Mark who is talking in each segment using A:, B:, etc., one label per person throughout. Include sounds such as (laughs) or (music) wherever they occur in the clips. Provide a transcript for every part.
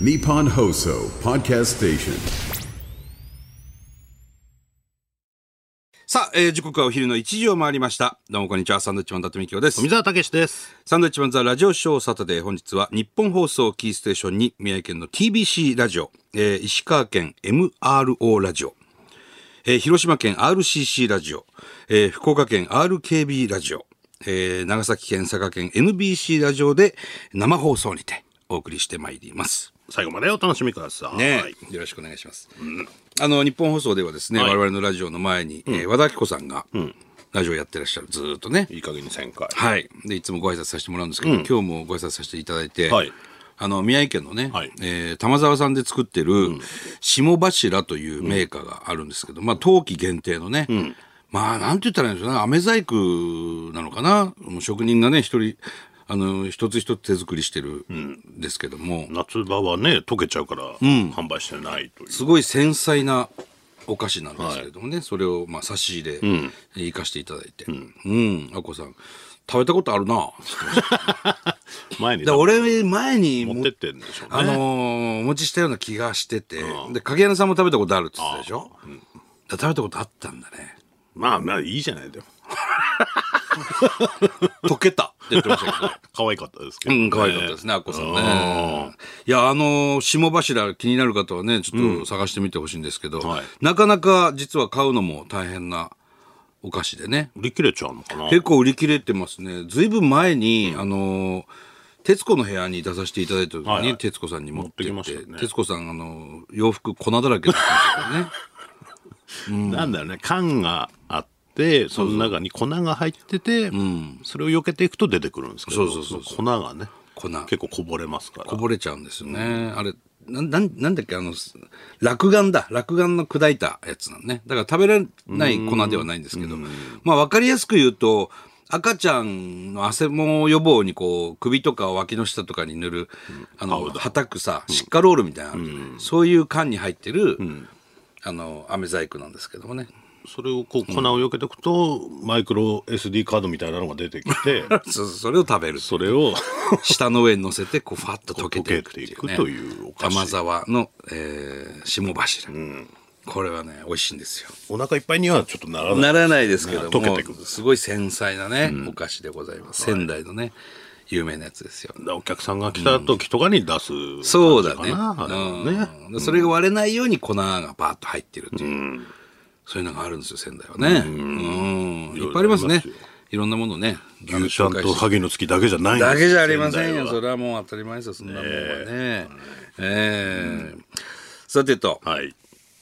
A: Nippon Hoso Podcast Station.
B: さあ、えー時刻はお昼の1時を回りました。どうもこんにちは、サンドウィッチマン伊達美京です。
C: 水沢武です。
B: サンドウィッチマンザラジオショーサタデー、本日は日本放送キーステーションに宮城県の TBC ラジオ、えー石川県 MRO ラジオ、えー広島県 RCC ラジオ、えー福岡県 RKB ラジオ、えー長崎県佐賀県 NBC ラジオで生放送にてお送りしてまいります。
C: 最後までお楽しみください。
B: ね、
C: はい
B: よろしくお願いします。あの日本放送ではですね、
C: はい
B: 我々のラジオの前に、えー和田アキ子さんが、ラジオやってらっしゃるずーっとね。
C: いい加減に1000回。
B: はい。でいつもご挨拶させてもらうんですけど、今日もご挨拶させていただいて、
C: はい
B: あの宮城県のね、
C: はい
B: えー玉沢さんで作ってる下柱というメーカーがあるんですけど、まあ冬季限定のね。まあ、なんて言ったらいいんでしょうね。飴細工なのかな。もう職人がね、一人、あの、一つ一つ手作りしてるんですけども。
C: 夏場はね、溶けちゃうから、販売してないという。
B: すごい繊細なお菓子なんですけれどもね、それをまあ差し入れ、生かしていただいて。うん、あこさん。食べたことあるな。
C: 前に
B: で、俺、前にも
C: 持ってってんでしょうね。
B: あのーお持ちしたような気がしてて、で、影山さんも食べたことあるって言ってたでしょ、だから食べたことあったんだね。
C: まあまあいいじゃない、でも。
B: (laughs) 溶けたって言ってましたけどね。
C: 可愛かったですけ
B: う
C: ど、
B: ん、可愛かった (laughs) ですね、アッコさんね。いや、あのー、下柱気になる方はね、ちょっと探してみてほしいんですけど、
C: はい
B: なかなか実は買うのも大変なお菓子でね。
C: 売り切れちゃうのかな
B: 結構売り切れてますね。ずいぶん前に、あのー、徹子の部屋に出させていただいた時に、
C: はいはい
B: 徹子さんに持ってって
C: 持ってきましたよね
B: 徹子さん、あのー、洋服粉だらけだったんですよね。
C: なんだろうね、缶があって、その中に粉が入ってて、それを避けていくと出てくるんですけど、
B: そうそうそう
C: その粉がね、
B: 粉
C: 結構こぼれますから
B: こ。ぼれちゃうんですよね。あれ、なん、なん、なんだっけ、あの、す落眼だ。落眼の砕いたやつなんね。だから食べられない粉ではないんですけど。まあ、わかりやすく言うと、赤ちゃんの汗も予防にこう、首とか脇の下とかに塗る、あの、はたくさ、シッカロールみたいなのあるじゃない、そういう缶に入ってる、あの、飴細工なんですけどもね。 (laughs)
C: それをこう粉を避けていくと、マイクロ SD カードみたいなのが出てき
B: (laughs)
C: て、
B: そうそうそれを食べる。
C: それを
B: 舌の上に乗せて、こう、ファッと溶けていく
C: 溶け
B: って
C: て
B: い、
C: いう
B: ね。
C: くというお菓
B: 玉
C: 子。
B: 沢の、えー下柱、これはね美味しいんですよ
C: お腹いっぱいにはちょっとならない。
B: ならないですけども
C: 溶けてくる
B: すごい繊細なね、お菓子でございます仙台のね有名なやつですよ
C: お客さんが来た時とかに出す感じかな、
B: そうだね
C: あれはね
B: うんそれが割れないように粉がバーッと入ってるっていう、そういうのがあるんですよ仙台はねうん、いっぱいありますね
C: いろいろありますよ
B: いろんなものね
C: 牛ちゃん
B: 紹介
C: と
B: して
C: 萩の月だけじゃないんです
B: だけじゃありません
C: (laughs)
B: よ。
C: 仙
B: そ
C: 台は
B: れはもう当たり前ですよ、そんなもんはね。ええさてと、
C: はい。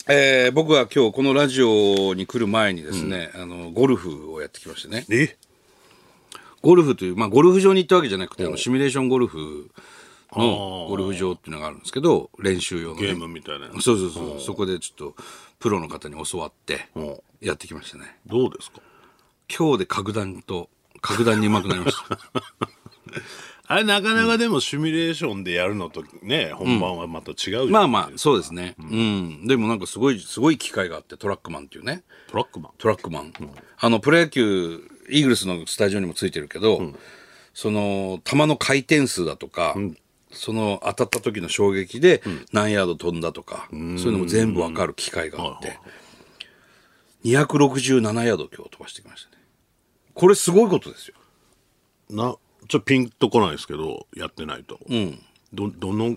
B: えー僕は今日このラジオに来る前にですね、あのゴルフをやってきましてね
C: え
B: ゴルフという、まあ、ゴルフ場に行ったわけじゃなくてあのシミュレーションゴルフの
C: あー
B: ゴルフ場っていうのがあるんですけど練習用の、ね、
C: ゲームみたいなやつ
B: そうそうそうそこでちょっとプロの方に教わって
C: うん
B: やってきましたね
C: どうですか
B: 今日で格段と格段にうまくなりました
C: あれなかなかでもシミュレーションでやるのとね、本番はまた違うじゃん
B: まあまあそうですねうんでもなんかすごいすごい機会があってトラックマンっていうね
C: トラックマン
B: トラックマン、あのプロ野球イーグルスのスタジオにもついてるけど、その球の回転数だとか、その当たった時の衝撃で何ヤード飛んだとか、そういうのも全部わかる機会があって、267ヤード今日飛ばしてきましたねこれすごいことですよ
C: なちょっとピンとこないですけどやってないと、どどの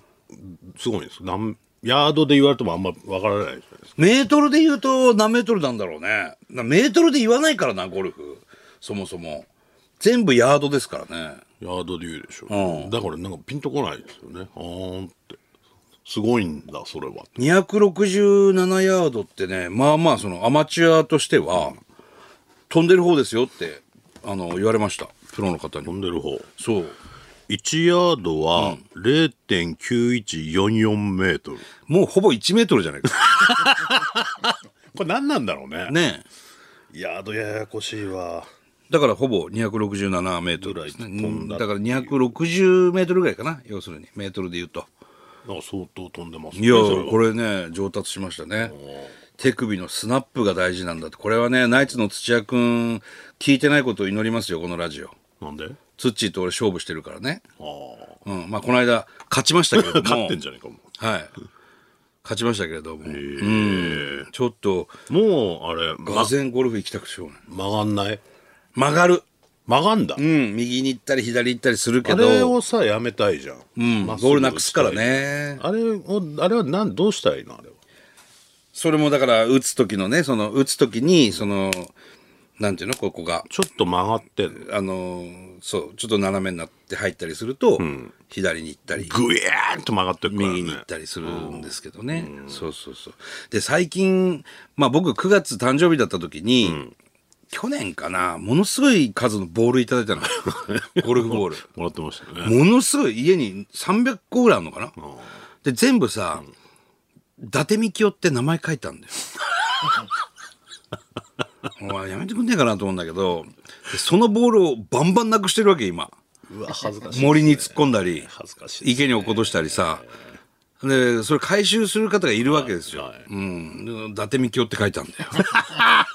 C: すごいんですなんヤードで言われてもあんま分からないじゃないですか
B: メートルで言うと何メートルなんだろうねなメートルで言わないからなゴルフそもそも全部ヤードですからね
C: ヤードで言うでしょ、
B: うん
C: だからなんかピンとこないですよねあーんってすごいんだそれは
B: 267ヤードってねまあまあそのアマチュアとしては飛んでる方ですよってあの言われましたプロの方に
C: 飛んでる方
B: そう
C: 1ヤードは0.9144メートル、
B: もうほぼ1メートルじゃないか
C: これ何なんだろうね
B: ねえ
C: ヤードややこしいわ
B: だからほぼ267メートルですね
C: ぐらい飛んだ
B: だから260メートルぐらいかな要するにメートルで言うと
C: なんか相当飛んでますね
B: いや
C: それは
B: これね上達しましたね手首のスナップが大事なんだってこれはねナイツの土屋くん聞いてないことを祈りますよこのラジオ
C: なんであ
B: ツッチーと俺勝負してるからね
C: あ
B: うん、まあこの間勝ちましたけれども
C: (laughs) 勝ってんじゃねえかもう
B: はい。勝ちましたけれども。うん。ちょっと、
C: もう、あれ、
B: 俄
C: ま、
B: 然ゴルフ行きたくしょうがない。
C: 曲がんない
B: 曲がる。
C: 曲がんだ。
B: うん。右に行ったり左行ったりするけ
C: あれ
B: ど、
C: をさ、やめたいじゃん。
B: うん。ボ
C: まっすぐ
B: ールなくすからね。
C: あれを、あれはなんどうしたらいいのあれは。
B: それもだから、打つ時のね、その、打つ時に、その、なんていうの、ここが。
C: ちょっと曲がってんの
B: あのーそう、ちょっと斜めになって入ったりすると、左に行ったり、
C: ぐえーんと曲がってるからね。
B: 右に行ったりするんですけどね。そうそうそう。で、最近、まあ僕9月誕生日だった時に、去年かな、ものすごい数のボールいただいた (laughs) の。ゴルフボール。
C: もらってましたね。
B: ものすごい家に300個ぐらいあるのかな。で、全部さ、伊達みきおって名前書いたん
C: (laughs)
B: だよ。お前やめてくんねえかなと思うんだけど、でそのボールをバンバンなくしてるわけ、今。
C: うわ、恥ずかしい。
B: 森に突っ込んだり、
C: 恥ずかしいですね
B: 池に落っことしたりさ、で、それ回収する方がいるわけですよ。
C: はい
B: うん。伊達みきおって書いたんだよ。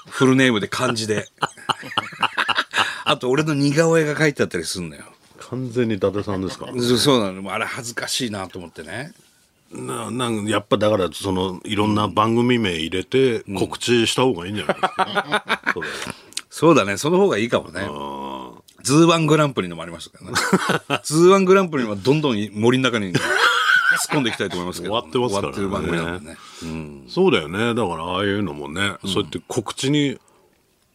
B: フルネームで漢字
C: (laughs)
B: で。あと、俺の似顔絵が書いてあったりすんのよ。
C: 完全に伊達さんですか
B: そそうなの。あれ恥ずかしいなと思ってね。
C: (laughs) ななんやっぱだからそのいろんな番組名入れて告知した方がいいんじゃないです (laughs) か、それ
B: そうだね。その方がいいかもね。ズーワングランプリのもありました (laughs) からね。ズーワングランプリはどんどん森の中に突っ込んでいきたいと思いますけど、 (laughs)
C: 終わってますからね
B: 終わってる番組なんでね。うん
C: そうだよねだからああいうのもね、そうやって告知に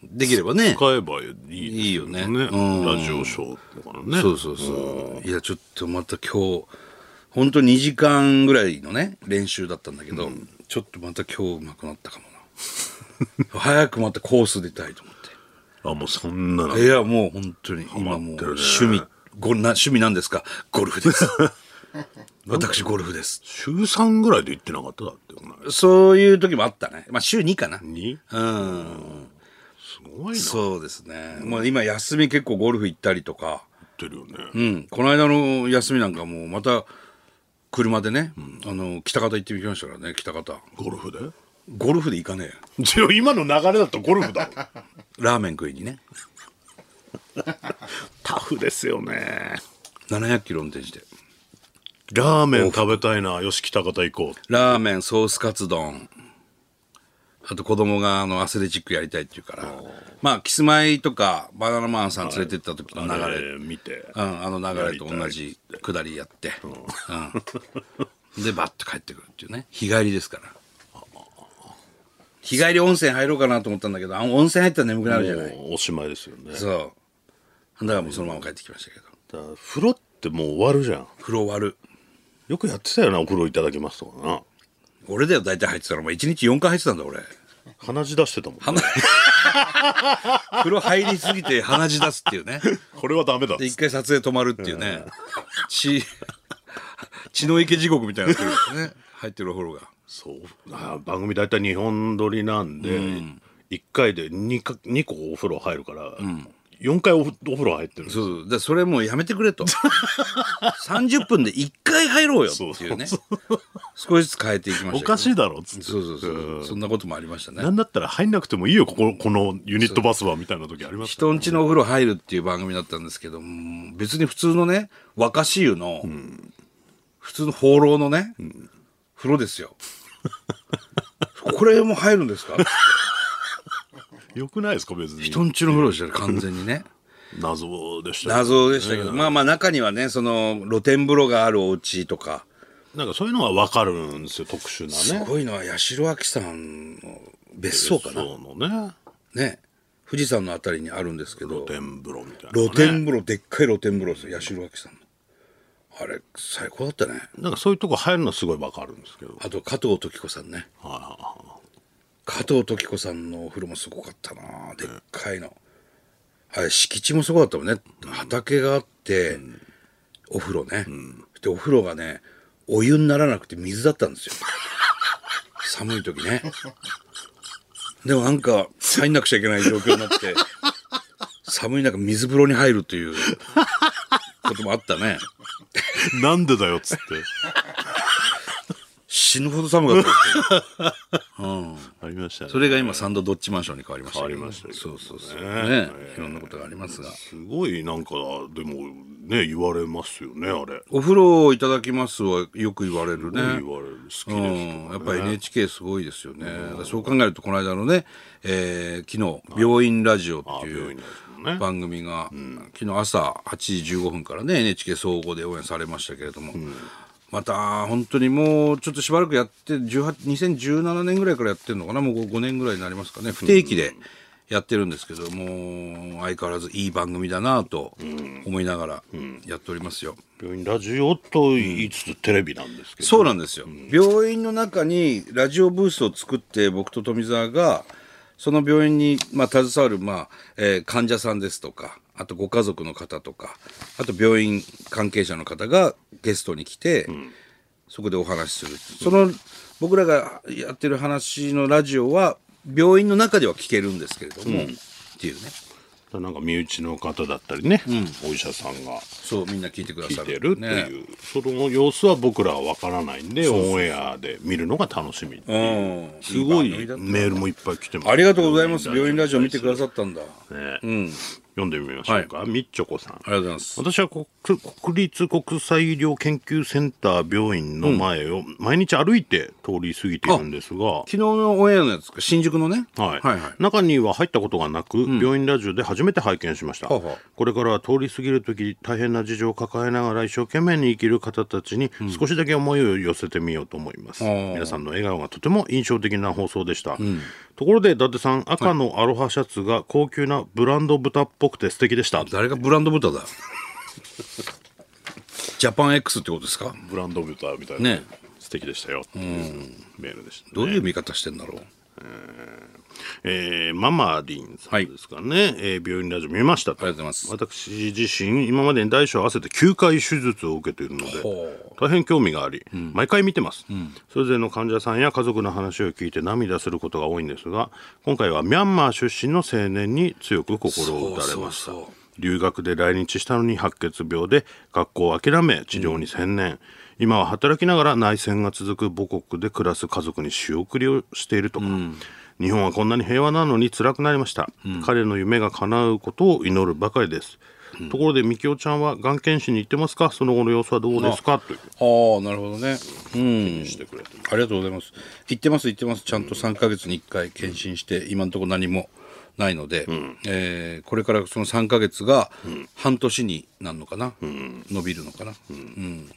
B: できればね。
C: 使えばいいです
B: いいよねうん
C: ラジオショーとかのね
B: そうそうそう。いや、ちょっとまた今日、本当2時間ぐらいのね、練習だったんだけど、ちょっとまた今日うまくなったかもな。 (laughs) 早くまたコース出たいと思って。
C: あもうそんなの
B: いや、もう本当に、今もう、
C: ってるね
B: 趣味、ごな趣味なんですかゴルフ
C: (laughs)
B: です。私、ゴルフです。
C: 週3ぐらいで行ってなかっただってお前
B: そういう時もあったね。まあ、週2かな。
C: に
B: うん。
C: すごいな行
B: そうですね。もう今、休み結構ゴルフ行ったりとか、
C: ってるよね、
B: うん。この間の休みなんかもう、また、車でね、あの、北方行ってきましたからね、北方。
C: ゴルフで
B: ゴルフで行かねえよ。
C: じゃあ今の流れだとゴルフだろ
B: ラーメン食いにね、
C: (laughs) タフですよね
B: 700キロ運転して。
C: ラーメン食べたいなよし北方行こう
B: ラーメン、ソースカツ丼。あと子供があのアスレチックやりたいって言うから。まあ、キスマイとかバナナマンさん連れてった時の流れ、
C: あ見て
B: うん、あの流れと同じ下りやって。うん。で、バッと帰ってくるっていうね。日帰りですから。日帰り温泉入ろうかなと思ったんだけど、あ温泉入ったら眠くなるじゃない。
C: もうおしまいですよね
B: そう。だからもうそのまま帰ってきましたけど。
C: だから風呂ってもう終わるじゃん
B: 風呂割る。
C: よくやってたよなお風呂いただきますとかな
B: 俺だよ、大体入ってたの。もう1日4回入ってたんだ、俺。
C: 鼻血出してたもん、ね、
B: 風呂入りすぎて鼻血出すっていうね。
C: これはダメだ
B: で、一回撮影止まるっていうね。血、血の池地獄みたいになってるんですね。入ってるお風呂が。
C: そうあ番組大体2本撮りなんで、一1回で 2, か2個お風呂入るから、四4回おお風呂入ってる
B: そうそう。で、それもうやめてくれ (laughs) と。30分で1回入ろうよっていうね。少しずつ変えていきましたけどね、
C: おかしいだろっつって
B: そうそうそう。そんなこともありました
C: な
B: ね。
C: んだったら入んなくてもいいよこここのユニットバスはみたいな時あります
B: 人んちのお風呂入るっていう番組だったんですけど、うん別に普通のね、若し湯の、普通の放浪のね、風呂ですよ。これも入るんです (laughs) か
C: よくないですか別に
B: 人んちの風呂でしたね、完全にね。
C: 謎でしたよ
B: 謎でしたけど、まあまあ中にはね、その露天風呂があるお家とか、
C: なんかそういうのは分かるんですよ特殊
B: す
C: なね
B: ごいのは八代亜紀さんの別荘かな。
C: そうのね
B: ね。富士山のあたりにあるんですけど
C: 露、天風呂みたいな、ね、
B: 露天風呂、でっかい露天風呂ですよ、八代亜紀さんの。あれ、最高だったね。
C: なんかそういうとこ入るのはすごいわかるんですけど。
B: あと加藤時子さんね。加藤時子さんのお風呂もすごかったなでっかいの。あれ、敷地もすごかったもんね。畑があって、お風呂ね、で、お風呂がね、お湯にならなくて水だったんですよ。寒い時ね。でもなんか、入んなくちゃいけない状況になって、寒い中水風呂に入るということもあったね。
C: (laughs) なんでだよっつって。
B: 死ぬほど寒かったですけど
C: (laughs) ありましたね。
B: それが今、サンドドッジマンションに変わりましたけど
C: 変わりましたけど
B: そうそうそう。
C: ね
B: ね。いろんなことがありますが。
C: すごいなんか、でも、ね、言われますよね、あれ。
B: お風呂いただきますはよく言われるね。
C: 言われる。好きですからね、
B: うん、やっぱり NHK すごいですよね、そう考えるとこの間のね、えー昨日「病院ラジオ」って
C: あ病
B: い
C: 院
B: う
C: ラジオね
B: 番組が、昨日朝8時15分からね NHK 総合で応援されましたけれども、また本当にもうちょっとしばらくやって18 2017年ぐらいからやってるのかなもう 5, 年ぐらいになりますかね不定期で。やってるんですけどもう相変わらずいい番組だなと思いながらやっておりますよ。
C: 病院ラジオと言いつつテレビなんですけど。
B: そうなんですよ、病院の中にラジオブースを作って僕と富澤がその病院に、まあ、携わる、まあえー患者さんですとかあとご家族の方とかあと病院関係者の方がゲストに来て、そこでお話しするその僕らがやってる話のラジオは病院の中では聞けるんですけれども、っていうね
C: なんか身内の方だったりね、お医者さんが
B: そうみんな聞いてくだ
C: 聞
B: さ
C: い
B: る
C: てるっていう、その様子は僕らは分からないんでオンエアで見るのが楽しみっていう
B: ねうん、
C: すごい
B: い番組
C: メ
B: だった
C: ールもいっぱい来てます
B: ありがとうございます病院ラジオ見てくだ
C: い、
B: さったんだ
C: ね読んでみましょうか、みっちょこさん
B: ありがとうございます。
C: 私は国国立国際医療研究センター病院の前を毎日歩いて通り過ぎているんですが、
B: 昨日のオンエアのやつか、新宿のね。
C: はい
B: はいはい。
C: 中には入ったことがなく、病院ラジオで初めて拝見しました、
B: はあはあ
C: これからは通り過ぎる時大変な事情を抱えながら一生懸命に生きる方たちに少しだけ思いを寄せてみようと思います、
B: ー
C: 皆さんの笑顔がとても印象的な放送でした、ところで伊達さん赤のアロハシャツが高級なブランド豚っぽくて素敵でした、
B: 誰がブランド豚だジャパン X ってことですか
C: ブランド豚みたい
B: ね
C: 素敵でしたよっていうメールでしたね、
B: どういう見方してんだろう
C: えーママリンさんですかね、えー病院ラジオ見ましたと
B: ありがとうございます
C: 私自身今までに大小合わせて9回手術を受けているので
B: ほ
C: 大変興味があり、毎回見てます、それぞれの患者さんや家族の話を聞いて涙することが多いんですが今回はミャンマー出身の青年に強く心を打たれまし
B: そ
C: た
B: うそうそう
C: 留学で来日したのに白血病で学校を諦め治療に専念、今は働きながら内戦が続く母国で暮らす家族に仕送りをしているとか、日本はこんなに平和なのに辛くなりました、彼の夢が叶うことを祈るばかりです、ところでみきおちゃんはがん検診に行ってますかその後の様子はどうですかとい
B: あ
C: う
B: あ、なるほどね。うん。
C: してくれてる
B: ありがとうございます。行ってます、行ってます。ちゃんと3ヶ月に1回検診して、今のところ何もないので、えーこれからその3ヶ月が半年になるのかな、伸びるのかな、うん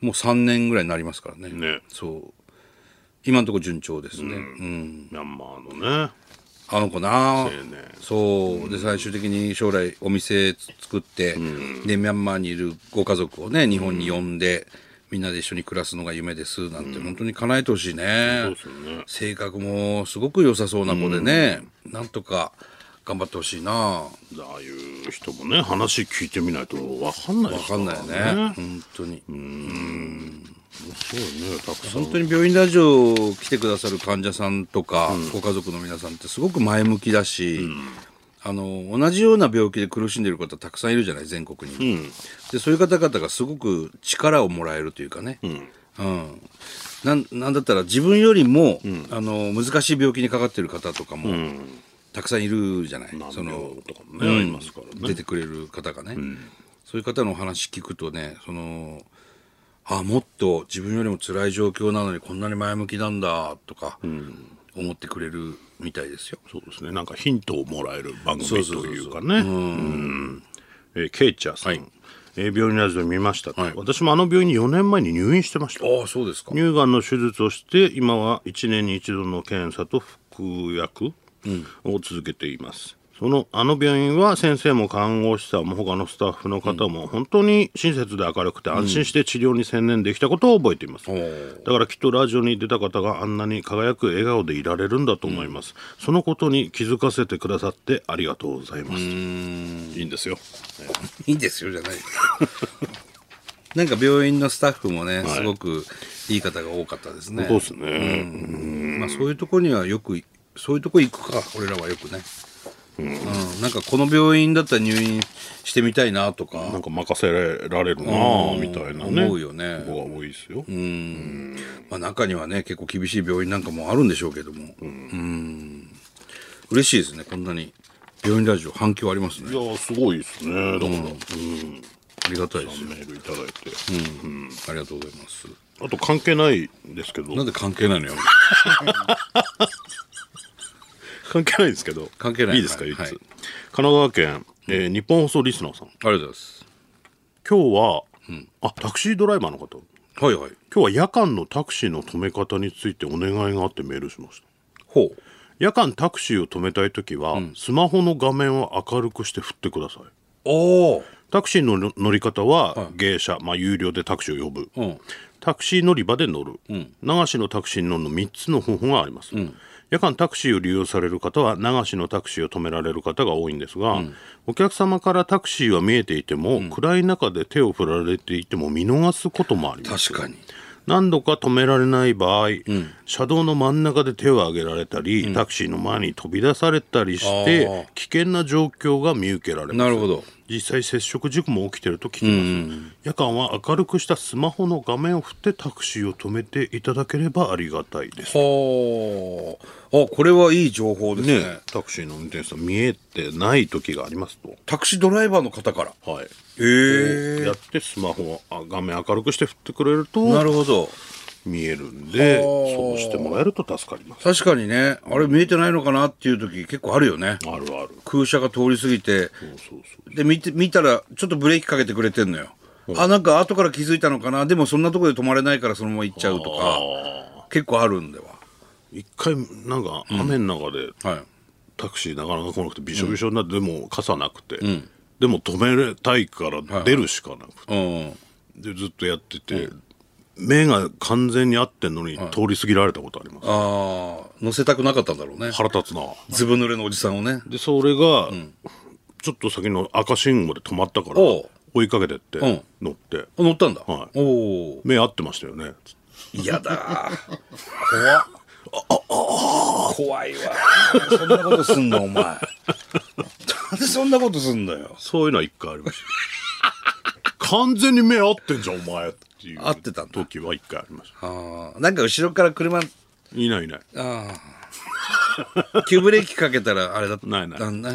B: もう3年ぐらいになりますからね。
C: ね
B: そう。今のところ順調ですね。うん
C: ミャンマーのね
B: あの子な
C: 年
B: そうで最終的に将来お店つ作って、でミャンマーにいるご家族をね日本に呼んで、みんなで一緒に暮らすのが夢ですなんて、本当に叶えてほしいね,、
C: そうですよね
B: 性格もすごく良さそうな子でね、なんとか頑張ってほしいな
C: ああいう人もね話聞いてみないと分かんないで
B: 分
C: す
B: かんないよ
C: ら
B: ね本当に、
C: そうねたくさん
B: 本当に病院ラジオ来てくださる患者さんとか、ご家族の皆さんってすごく前向きだし、あの同じような病気で苦しんでいる方たくさんいるじゃない全国に、でそういう方々がすごく力をもらえるというかね、うんなんなんだったら自分よりも、あの難しい病気にかかっている方とかも、たくさんいるじゃないその
C: とかもね、ありますからね
B: 出てくれる方がね、そういう方のお話聞くとねそのあもっと自分よりも辛い状況なのにこんなに前向きなんだとか思ってくれるみたいですよ。
C: そうですね。なんかヒントをもらえる番
B: そう
C: 組
B: そうそう
C: と
B: そう
C: いうかね。うんえーケイチャーさん、えー病院ラジオ見ましたと、
B: はい
C: 私もあの病院に4年前に入院してました。
B: ああそうですか。
C: 乳がんの手術をして今は1年に一度の検査と服薬を続けています、そのあの病院は先生も看護師さんも他のスタッフの方も本当に親切で明るくて安心して治療に専念できたことを覚えています、
B: ー
C: だからきっとラジオに出た方があんなに輝く笑顔でいられるんだと思います、そのことに気づかせてくださってありがとうございますいいんですよ
B: いいですよじゃない。 (laughs) なんか病院のスタッフもね、すごくいい方が多かったですね。
C: そうですね、
B: まあ、そういうとこにはよくそういうとこ行くか俺らはよくね、うんなんかこの病院だったら入院してみたいなとか
C: なんか任せられるなあみたいなね
B: 思うよね
C: 子が多いですよ、
B: まあ、中にはね結構厳しい病院なんかもあるんでしょうけどもうん嬉しいですねこんなに病院ラジオ反響あります
C: い
B: ね
C: やーすごいですねだから、うん
B: ありがたいですよ
C: メールいただいて、
B: ありがとうございます
C: あと関係ないんですけど
B: なんで関係ないのよ
C: 関係ないですけど
B: 関係ない
C: いですか
B: はい
C: 唯一、
B: はい
C: 神奈川県、えー日本放送リスナーさ
B: あ
C: ん
B: りがとうございます
C: 今日は、あタクシードライバーの方
B: はいはい
C: 今日は夜間のタクシーの止め方についてお願いがあってメールしました
B: ほう
C: 夜間タクシーを止めたい時は、スマホの画面を明るくして振ってください
B: おお
C: タクシーの乗乗り方は芸者、まあ、有料でタクシーを呼ぶ、
B: うん
C: タクシー乗り場で乗る、流しのタクシーに乗るの3つの方法があります、夜間タクシーを利用される方は流しのタクシーを止められる方が多いんですが、お客様からタクシーは見えていても、暗い中で手を振られていても見逃すこともあります
B: 確かに
C: 何度か止められない場合、車道の真ん中で手を挙げられたり、タクシーの前に飛び出されたりして、
B: あー
C: 危険な状況が見受けられます
B: なるほど
C: 実際接触事故も起きてると聞きます、夜間は明るくしたスマホの画面を振ってタクシーを止めていただければありがたいです
B: はああこれはいい情報ですね
C: ねタクシーの運転手さん見えてない時がありますと
B: タクシードライバーの方から
C: はい
B: ええ
C: やってスマホをあ画面明るくして振ってくれる
B: な
C: と
B: るほど
C: 見えるんで
B: ほう
C: そうしてもらえると助かります
B: 確かにねあれ見えてないのかなっていう時結構あるよね
C: あるある
B: 空車が通り過ぎて
C: そうそうそう
B: で見て見たらちょっとブレーキかけてくれてんのよあなんか後から気づいたのかなでもそんなとこで止まれないからそのまま行っちゃうとか結構あるんでは
C: 一回なんか雨の中で
B: はい
C: タクシーなかなか来なくてびしょびしょになって、でも傘なくて、でも止めれたいから出るしかなくて、
B: うん
C: でずっとやってて、目が完全に合ってんのに通り過ぎられたことあります、
B: ああ乗せたくなかったんだろうね
C: 腹立つな
B: ずぶ濡れのおじさんをね
C: でそれが、ちょっと先の赤信号で止まったから
B: おう
C: 追いかけてって、
B: ん
C: 乗って
B: あ乗ったんだ、
C: は
B: おお
C: 目合ってましたよねつって
B: 嫌だー怖っ怖いわそんなことすんのお前なんでそんなことすんだよ
C: そういうのは一回ありました
B: (laughs)
C: 完全に目合ってんじゃんお前っていう
B: 合ってたんだ
C: 時は一回ありました
B: あーなんか後ろから車
C: いないいない
B: 急ブレーキかけたらあれだった
C: ないない
B: んだ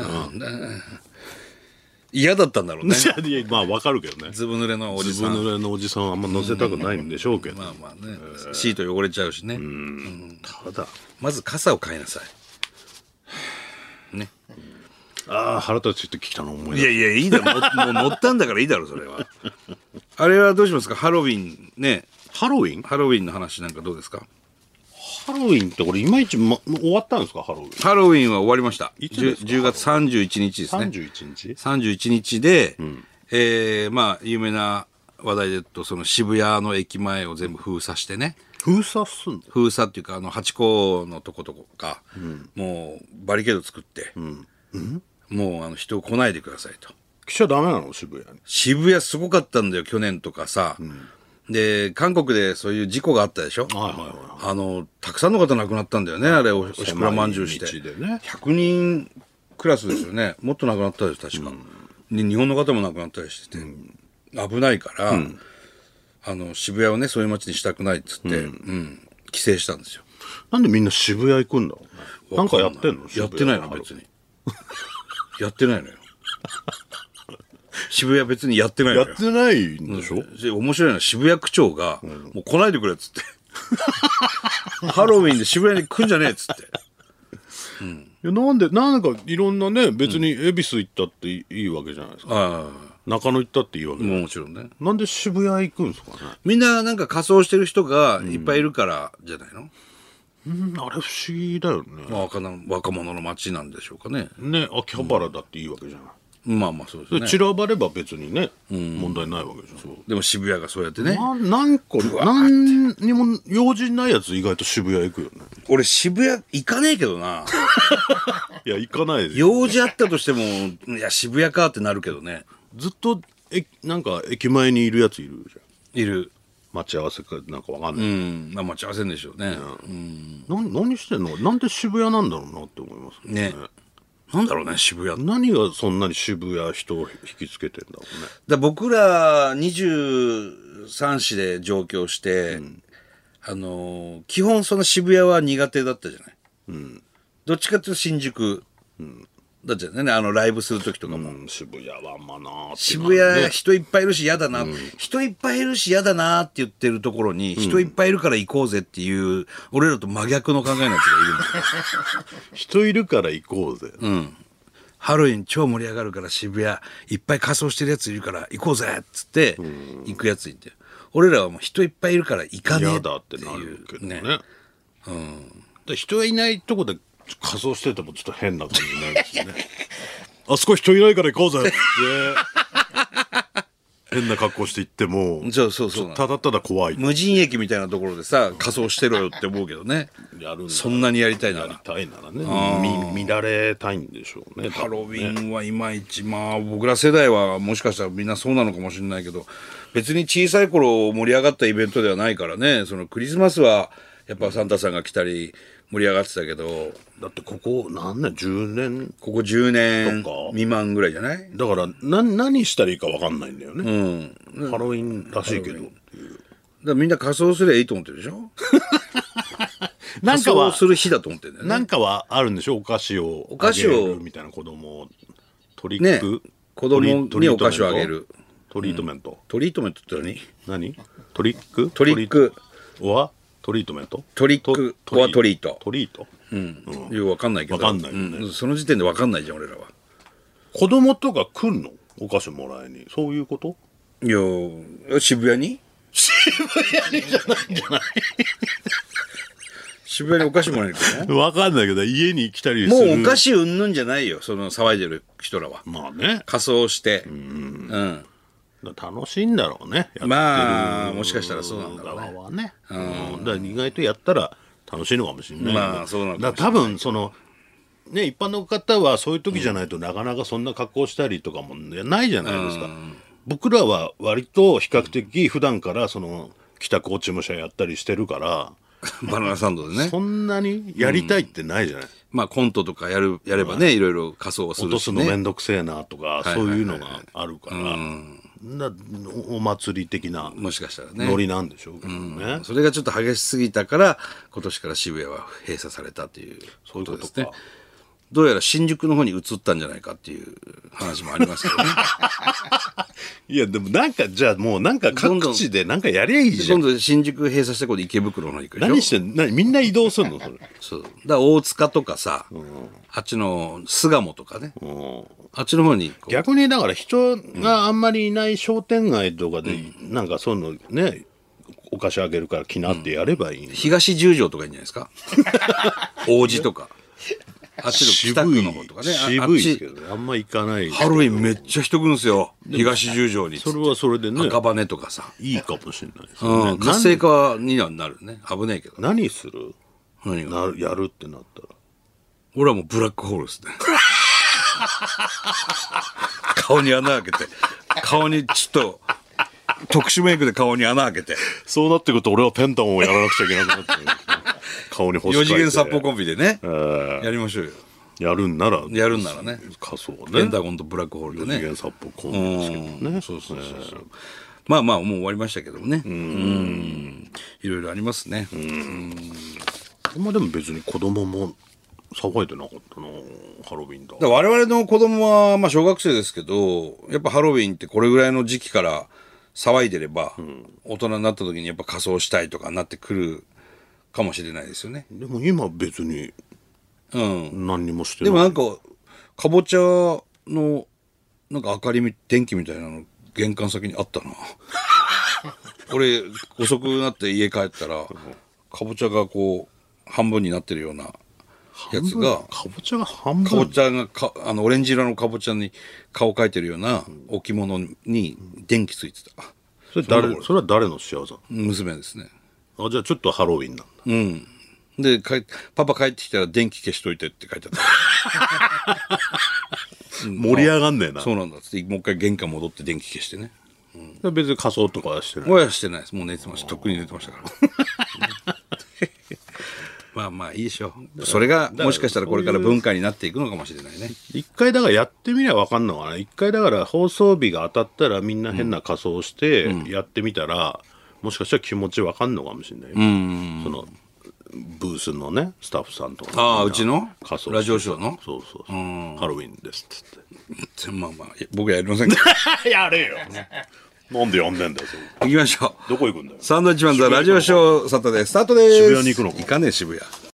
B: 嫌だったんだろうね (laughs)
C: いやまあわかるけどね
B: ずぶ濡れのおじ
C: 自
B: さ
C: 分
B: ん
C: の上のおじさんはあんま乗せたくないんでしょうけど、
B: まあまあねシート汚れちゃうしね
C: ただ
B: まず傘を買いなさいね
C: ああ腹立つって聞いたの思い出
B: い
C: し
B: やいやいいだろもうもう乗ったんだからいいだろそれはあれはどうしますかハロウィンね
C: たハロウィン
B: ハロウィンの話なんかどうですか
C: ハロウィンってこれいまいち、ま、終わったんですかハロウィン
B: ハロウィンは終わりました
C: いつですか
B: 10, 月31日ですね
C: 31日
B: 31日で、えーまあ有名な話題で言うとその渋谷の駅前を全部封鎖してね
C: 封鎖すんの
B: 封鎖っていうかあのハチ公のとことか、もうバリケード作って、もうあの人来ないでくださいと
C: 来ちゃダメなの渋谷に
B: 渋谷すごかったんだよ去年とかさ、で韓国でそういう事故があったでしょ
C: はいはいは
B: あのたくさんの方亡くなったんだよねあれおおしくらまんじゅうして、
C: 狭い道でね
B: 100人クラスですよねもっと亡くなったです確か、で日本の方も亡くなったりしてて、危ないから、あの渋谷をねそういう街にしたくないっつって、うん規制したんですよ
C: なんでみんな渋谷行くんだろうねなんかやってんの
B: やってないの別にやって
C: (laughs)
B: ないのよ渋谷別にやってないの
C: や
B: よ
C: ってないんでしょ、
B: で面白いのは渋谷区長が、もう来ないでくれっつって (laughs) ハロウィンで渋谷に来んじゃねえっつって
C: いやなんでなんかいろんなね別に恵比寿行ったっていい,、わけじゃないですか
B: あ
C: 中野行ったっていいわけ
B: あ
C: じゃない、
B: もちろんね
C: なんで渋谷行くんですかね、
B: みんななんか仮装してる人がいっぱいいるからじゃないの、
C: うん、あれ不思議だよね、
B: まあ、若な若者の街なんでしょうかね
C: ね秋葉原だっていいわけじゃない、
B: まあまあそうです
C: で
B: ね
C: 散らばれば別にね、問題ないわけじゃん
B: でも渋谷がそうやってね、
C: ななんか何にも用事ないやつ意外と渋谷行くよね
B: 俺渋谷行かねえけどない
C: や行かないですよ
B: 用事あったとしてもいや渋谷かってなるけどね
C: ずっとえなんか駅前にいるやついるじゃん
B: いる
C: 待ち合わせかなんかわかんな
B: う
C: い、
B: んまあ待ち合わせんでしょうね、
C: なん、何してんのなんで渋谷なんだろうなって思いますけど
B: ねなんだろうね渋谷って
C: 何がそんなに渋谷人を引きつけてんだろうね
B: だ僕ら23市で上京して、あのー基本その渋谷は苦手だったじゃない、どっちかっていうと新宿だったじゃんねあのライブする時とかも、
C: うん渋谷はまあなーって
B: 渋谷
C: ね
B: 人いっぱいいるし嫌だな、人いっぱいいるし嫌だなって言ってるところに、人いっぱいいるから行こうぜっていう俺らと真逆の考えのやつがいるの
C: 人いるから行こうぜ、
B: ハロウィン超盛り上がるから渋谷いっぱい仮装してるやついるから行こうぜっつって行くやついて、俺らはもう人いっぱいいるから行かねえ
C: 嫌
B: って
C: だってな
B: いう
C: るけど
B: ね
C: ねだから人がいないとこで仮装しててもちょっと変な感じになるしね
B: (laughs)
C: あそこ人いないから行こうぜって変な格好して行っても
B: そうそうそうなの
C: ただただ怖い
B: 無人駅みたいなところでさ仮装してろよって思うけどね
C: やるんだ
B: そんなにやりたいな
C: やり
B: ら
C: たいならね見見られたいんでしょうね
B: ハロウ
C: ン
B: ィンはいまいちまあ僕ら世代はもしかしたらみんなそうなのかもしれないけど別に小さい頃盛り上がったイベントではないからねそのクリスマスはやっぱサンタさんが来たり盛り上がってたけど
C: だってここ何年10年
B: ここ10年
C: そっか
B: 未満ぐらいじゃない
C: だからな何したらいいか分かんないんだよね、ハロウィンらしいけど
B: だからみんな仮装すればいいと思ってるでしょ
C: な
B: 仮装する日だと思ってるんだよね
C: なんかはあるんでしょお菓子を
B: 菓子を
C: あげるみたいな子供をトリッ
B: ね
C: ク、
B: 子供に
C: トリ
B: お菓子をあげる
C: トリートメント
B: トリートメントって何
C: 何トリック
B: トリック
C: はトリートメント
B: トリック
C: と
B: はトリート
C: トリート、
B: よくわかんないけど
C: わかんないよね
B: うんその時点でわかんないじゃん俺らは
C: 子供とか来んのお菓子もらいにそういうこと
B: いや渋谷に渋谷にじゃないんじゃない渋谷にお菓子もらえるからね
C: 分かんないけどね家に来たりす
B: も
C: る
B: うお菓子うんぬんじゃないよその騒いでる人らは
C: まあね
B: 仮装してうん、
C: 楽しいんだろうね
B: まあもしかしたらそうなんだろうね
C: 側はね、うん、だから意外とやったら楽しいのかもしれないけど
B: まあそうなのかもしれない
C: だから多分そのね一般の方はそういう時じゃないとなかなかそんな格好したりとかもないじゃないですか、僕らは割と比較的普段からその帰宅落ち武者やったりしてるから (laughs)
B: バナナサンドでね
C: そんなにやりたいってないじゃない、
B: まあコントとかやるやればねいろいろ仮装はす
C: 落
B: る
C: と
B: し
C: すの
B: ね
C: 面倒くせえなとか、そういうのがあるから、なお祭り的な
B: もしかしたらね
C: ノリなんでしょうけどね、
B: それがちょっと激しすぎたから今年から渋谷は閉鎖されたという
C: うい
B: こ
C: うこととか
B: ですねどうやら新宿の方に移ったんじゃないかっていう話もあります
C: (laughs)
B: けどね
C: いやでもなんかじゃあもうなんか各地でなんかやりゃいいじゃん
B: 今度新宿閉鎖したことで池袋の方に行くでしょ
C: 何してんの何みんな移動する (laughs) のそれ
B: そうだから大塚とかさ、あっちの巣鴨とかね、あっちの方にこう
C: 逆にだから人があんまりいない商店街とかで、なんかそういうのねお菓子あげるから来なってやればいい、の
B: 東十条とかいいんじゃないです
C: (laughs)
B: か王子とかあっちの北区の方とかねあ
C: 渋いですけ
B: あっ
C: どねあんま行かない
B: ちハロウィンめっちゃ人来るんですよ東十条に
C: それはそれでね
B: 赤羽とかさ
C: いいかもしれないですよね、
B: うん、活性化にはなるね。危ねえけど。
C: 何何する
B: 何が
C: なやるってなったら
B: 俺はもうブラックホールですね。 (laughs) 顔に穴開けて、顔にちょっと、特殊メイクで顔に穴開けて、
C: そうなってくると俺はペンタンをやらなくちゃいけなくなってくる (laughs) 顔に星書
B: 4
C: いて
B: 次元殺法コンビでね、やりましょうよ。
C: やるんなら
B: やるんならね
C: 仮想ね
B: ペンタゴンとブラックホールで
C: 次
B: ね
C: 元。殺法コンビですけどね。そうそうそうそう。
B: まあまあ、もう終わりましたけどもね。うんいろいろありますね。
C: あんまでも別に子供も騒いでなかったな、ハロウィンだ。
B: だから我々の子供は、まあ小学生ですけど、やっぱハロウィンってこれぐらいの時期から騒いでれば、大人になった時にやっぱ仮装したいとかなってくるかもしれないですよね。
C: でも今別に
B: うん。
C: 何にもして
B: で
C: ない。
B: もなんか、かぼちゃの、なんか明かりみ、電気みたいなの、玄関先にあったな。俺、遅くなって家帰ったら、かぼちゃがこう、半分になってるようなやつが、
C: かぼちゃが半
B: かぼ
C: 分。
B: ちゃがか、あの、オレンジ色のかぼちゃに顔描いてるような置物に電気ついてた。
C: それ誰、それは誰の仕業あ、
B: 娘ですね。
C: じゃあちょっとハロウィンなんだ。
B: で、かパパ帰ってきたら電気消しといてって書いてあった。
C: 盛り上がん (laughs) ねえな。
B: そうなんだっつって、もう一回玄関戻って電気消してね。
C: 別に仮装とかはしてない。
B: 親はしてないです。もう寝てました。とっくに寝てましたから。 (laughs) まあまあいいでしょう。それがもしかしたらこれから文化になっていくのかもしれないね。
C: 一回だからやってみりゃ分かんのかな一回だから放送日が当たったらみんな変な仮装してやってみたら、もしかしたら気持ち分かんのかもしれない、そのブースのねスタッフさんとかね
B: ああ
C: みん
B: う
C: な
B: ちの
C: 仮装して
B: ラジオショーの
C: そうそうそうハロウィンですっつって
B: 全まあまあいや僕はやりませんけど
C: (laughs) やれよ。なんでやんねんだよ、それ
B: 行きましょう
C: どこ行くんだよ。
B: サンドウィッチマンザラジオショーサタデースタートです
C: 渋谷に行くのか
B: 行かねえ渋谷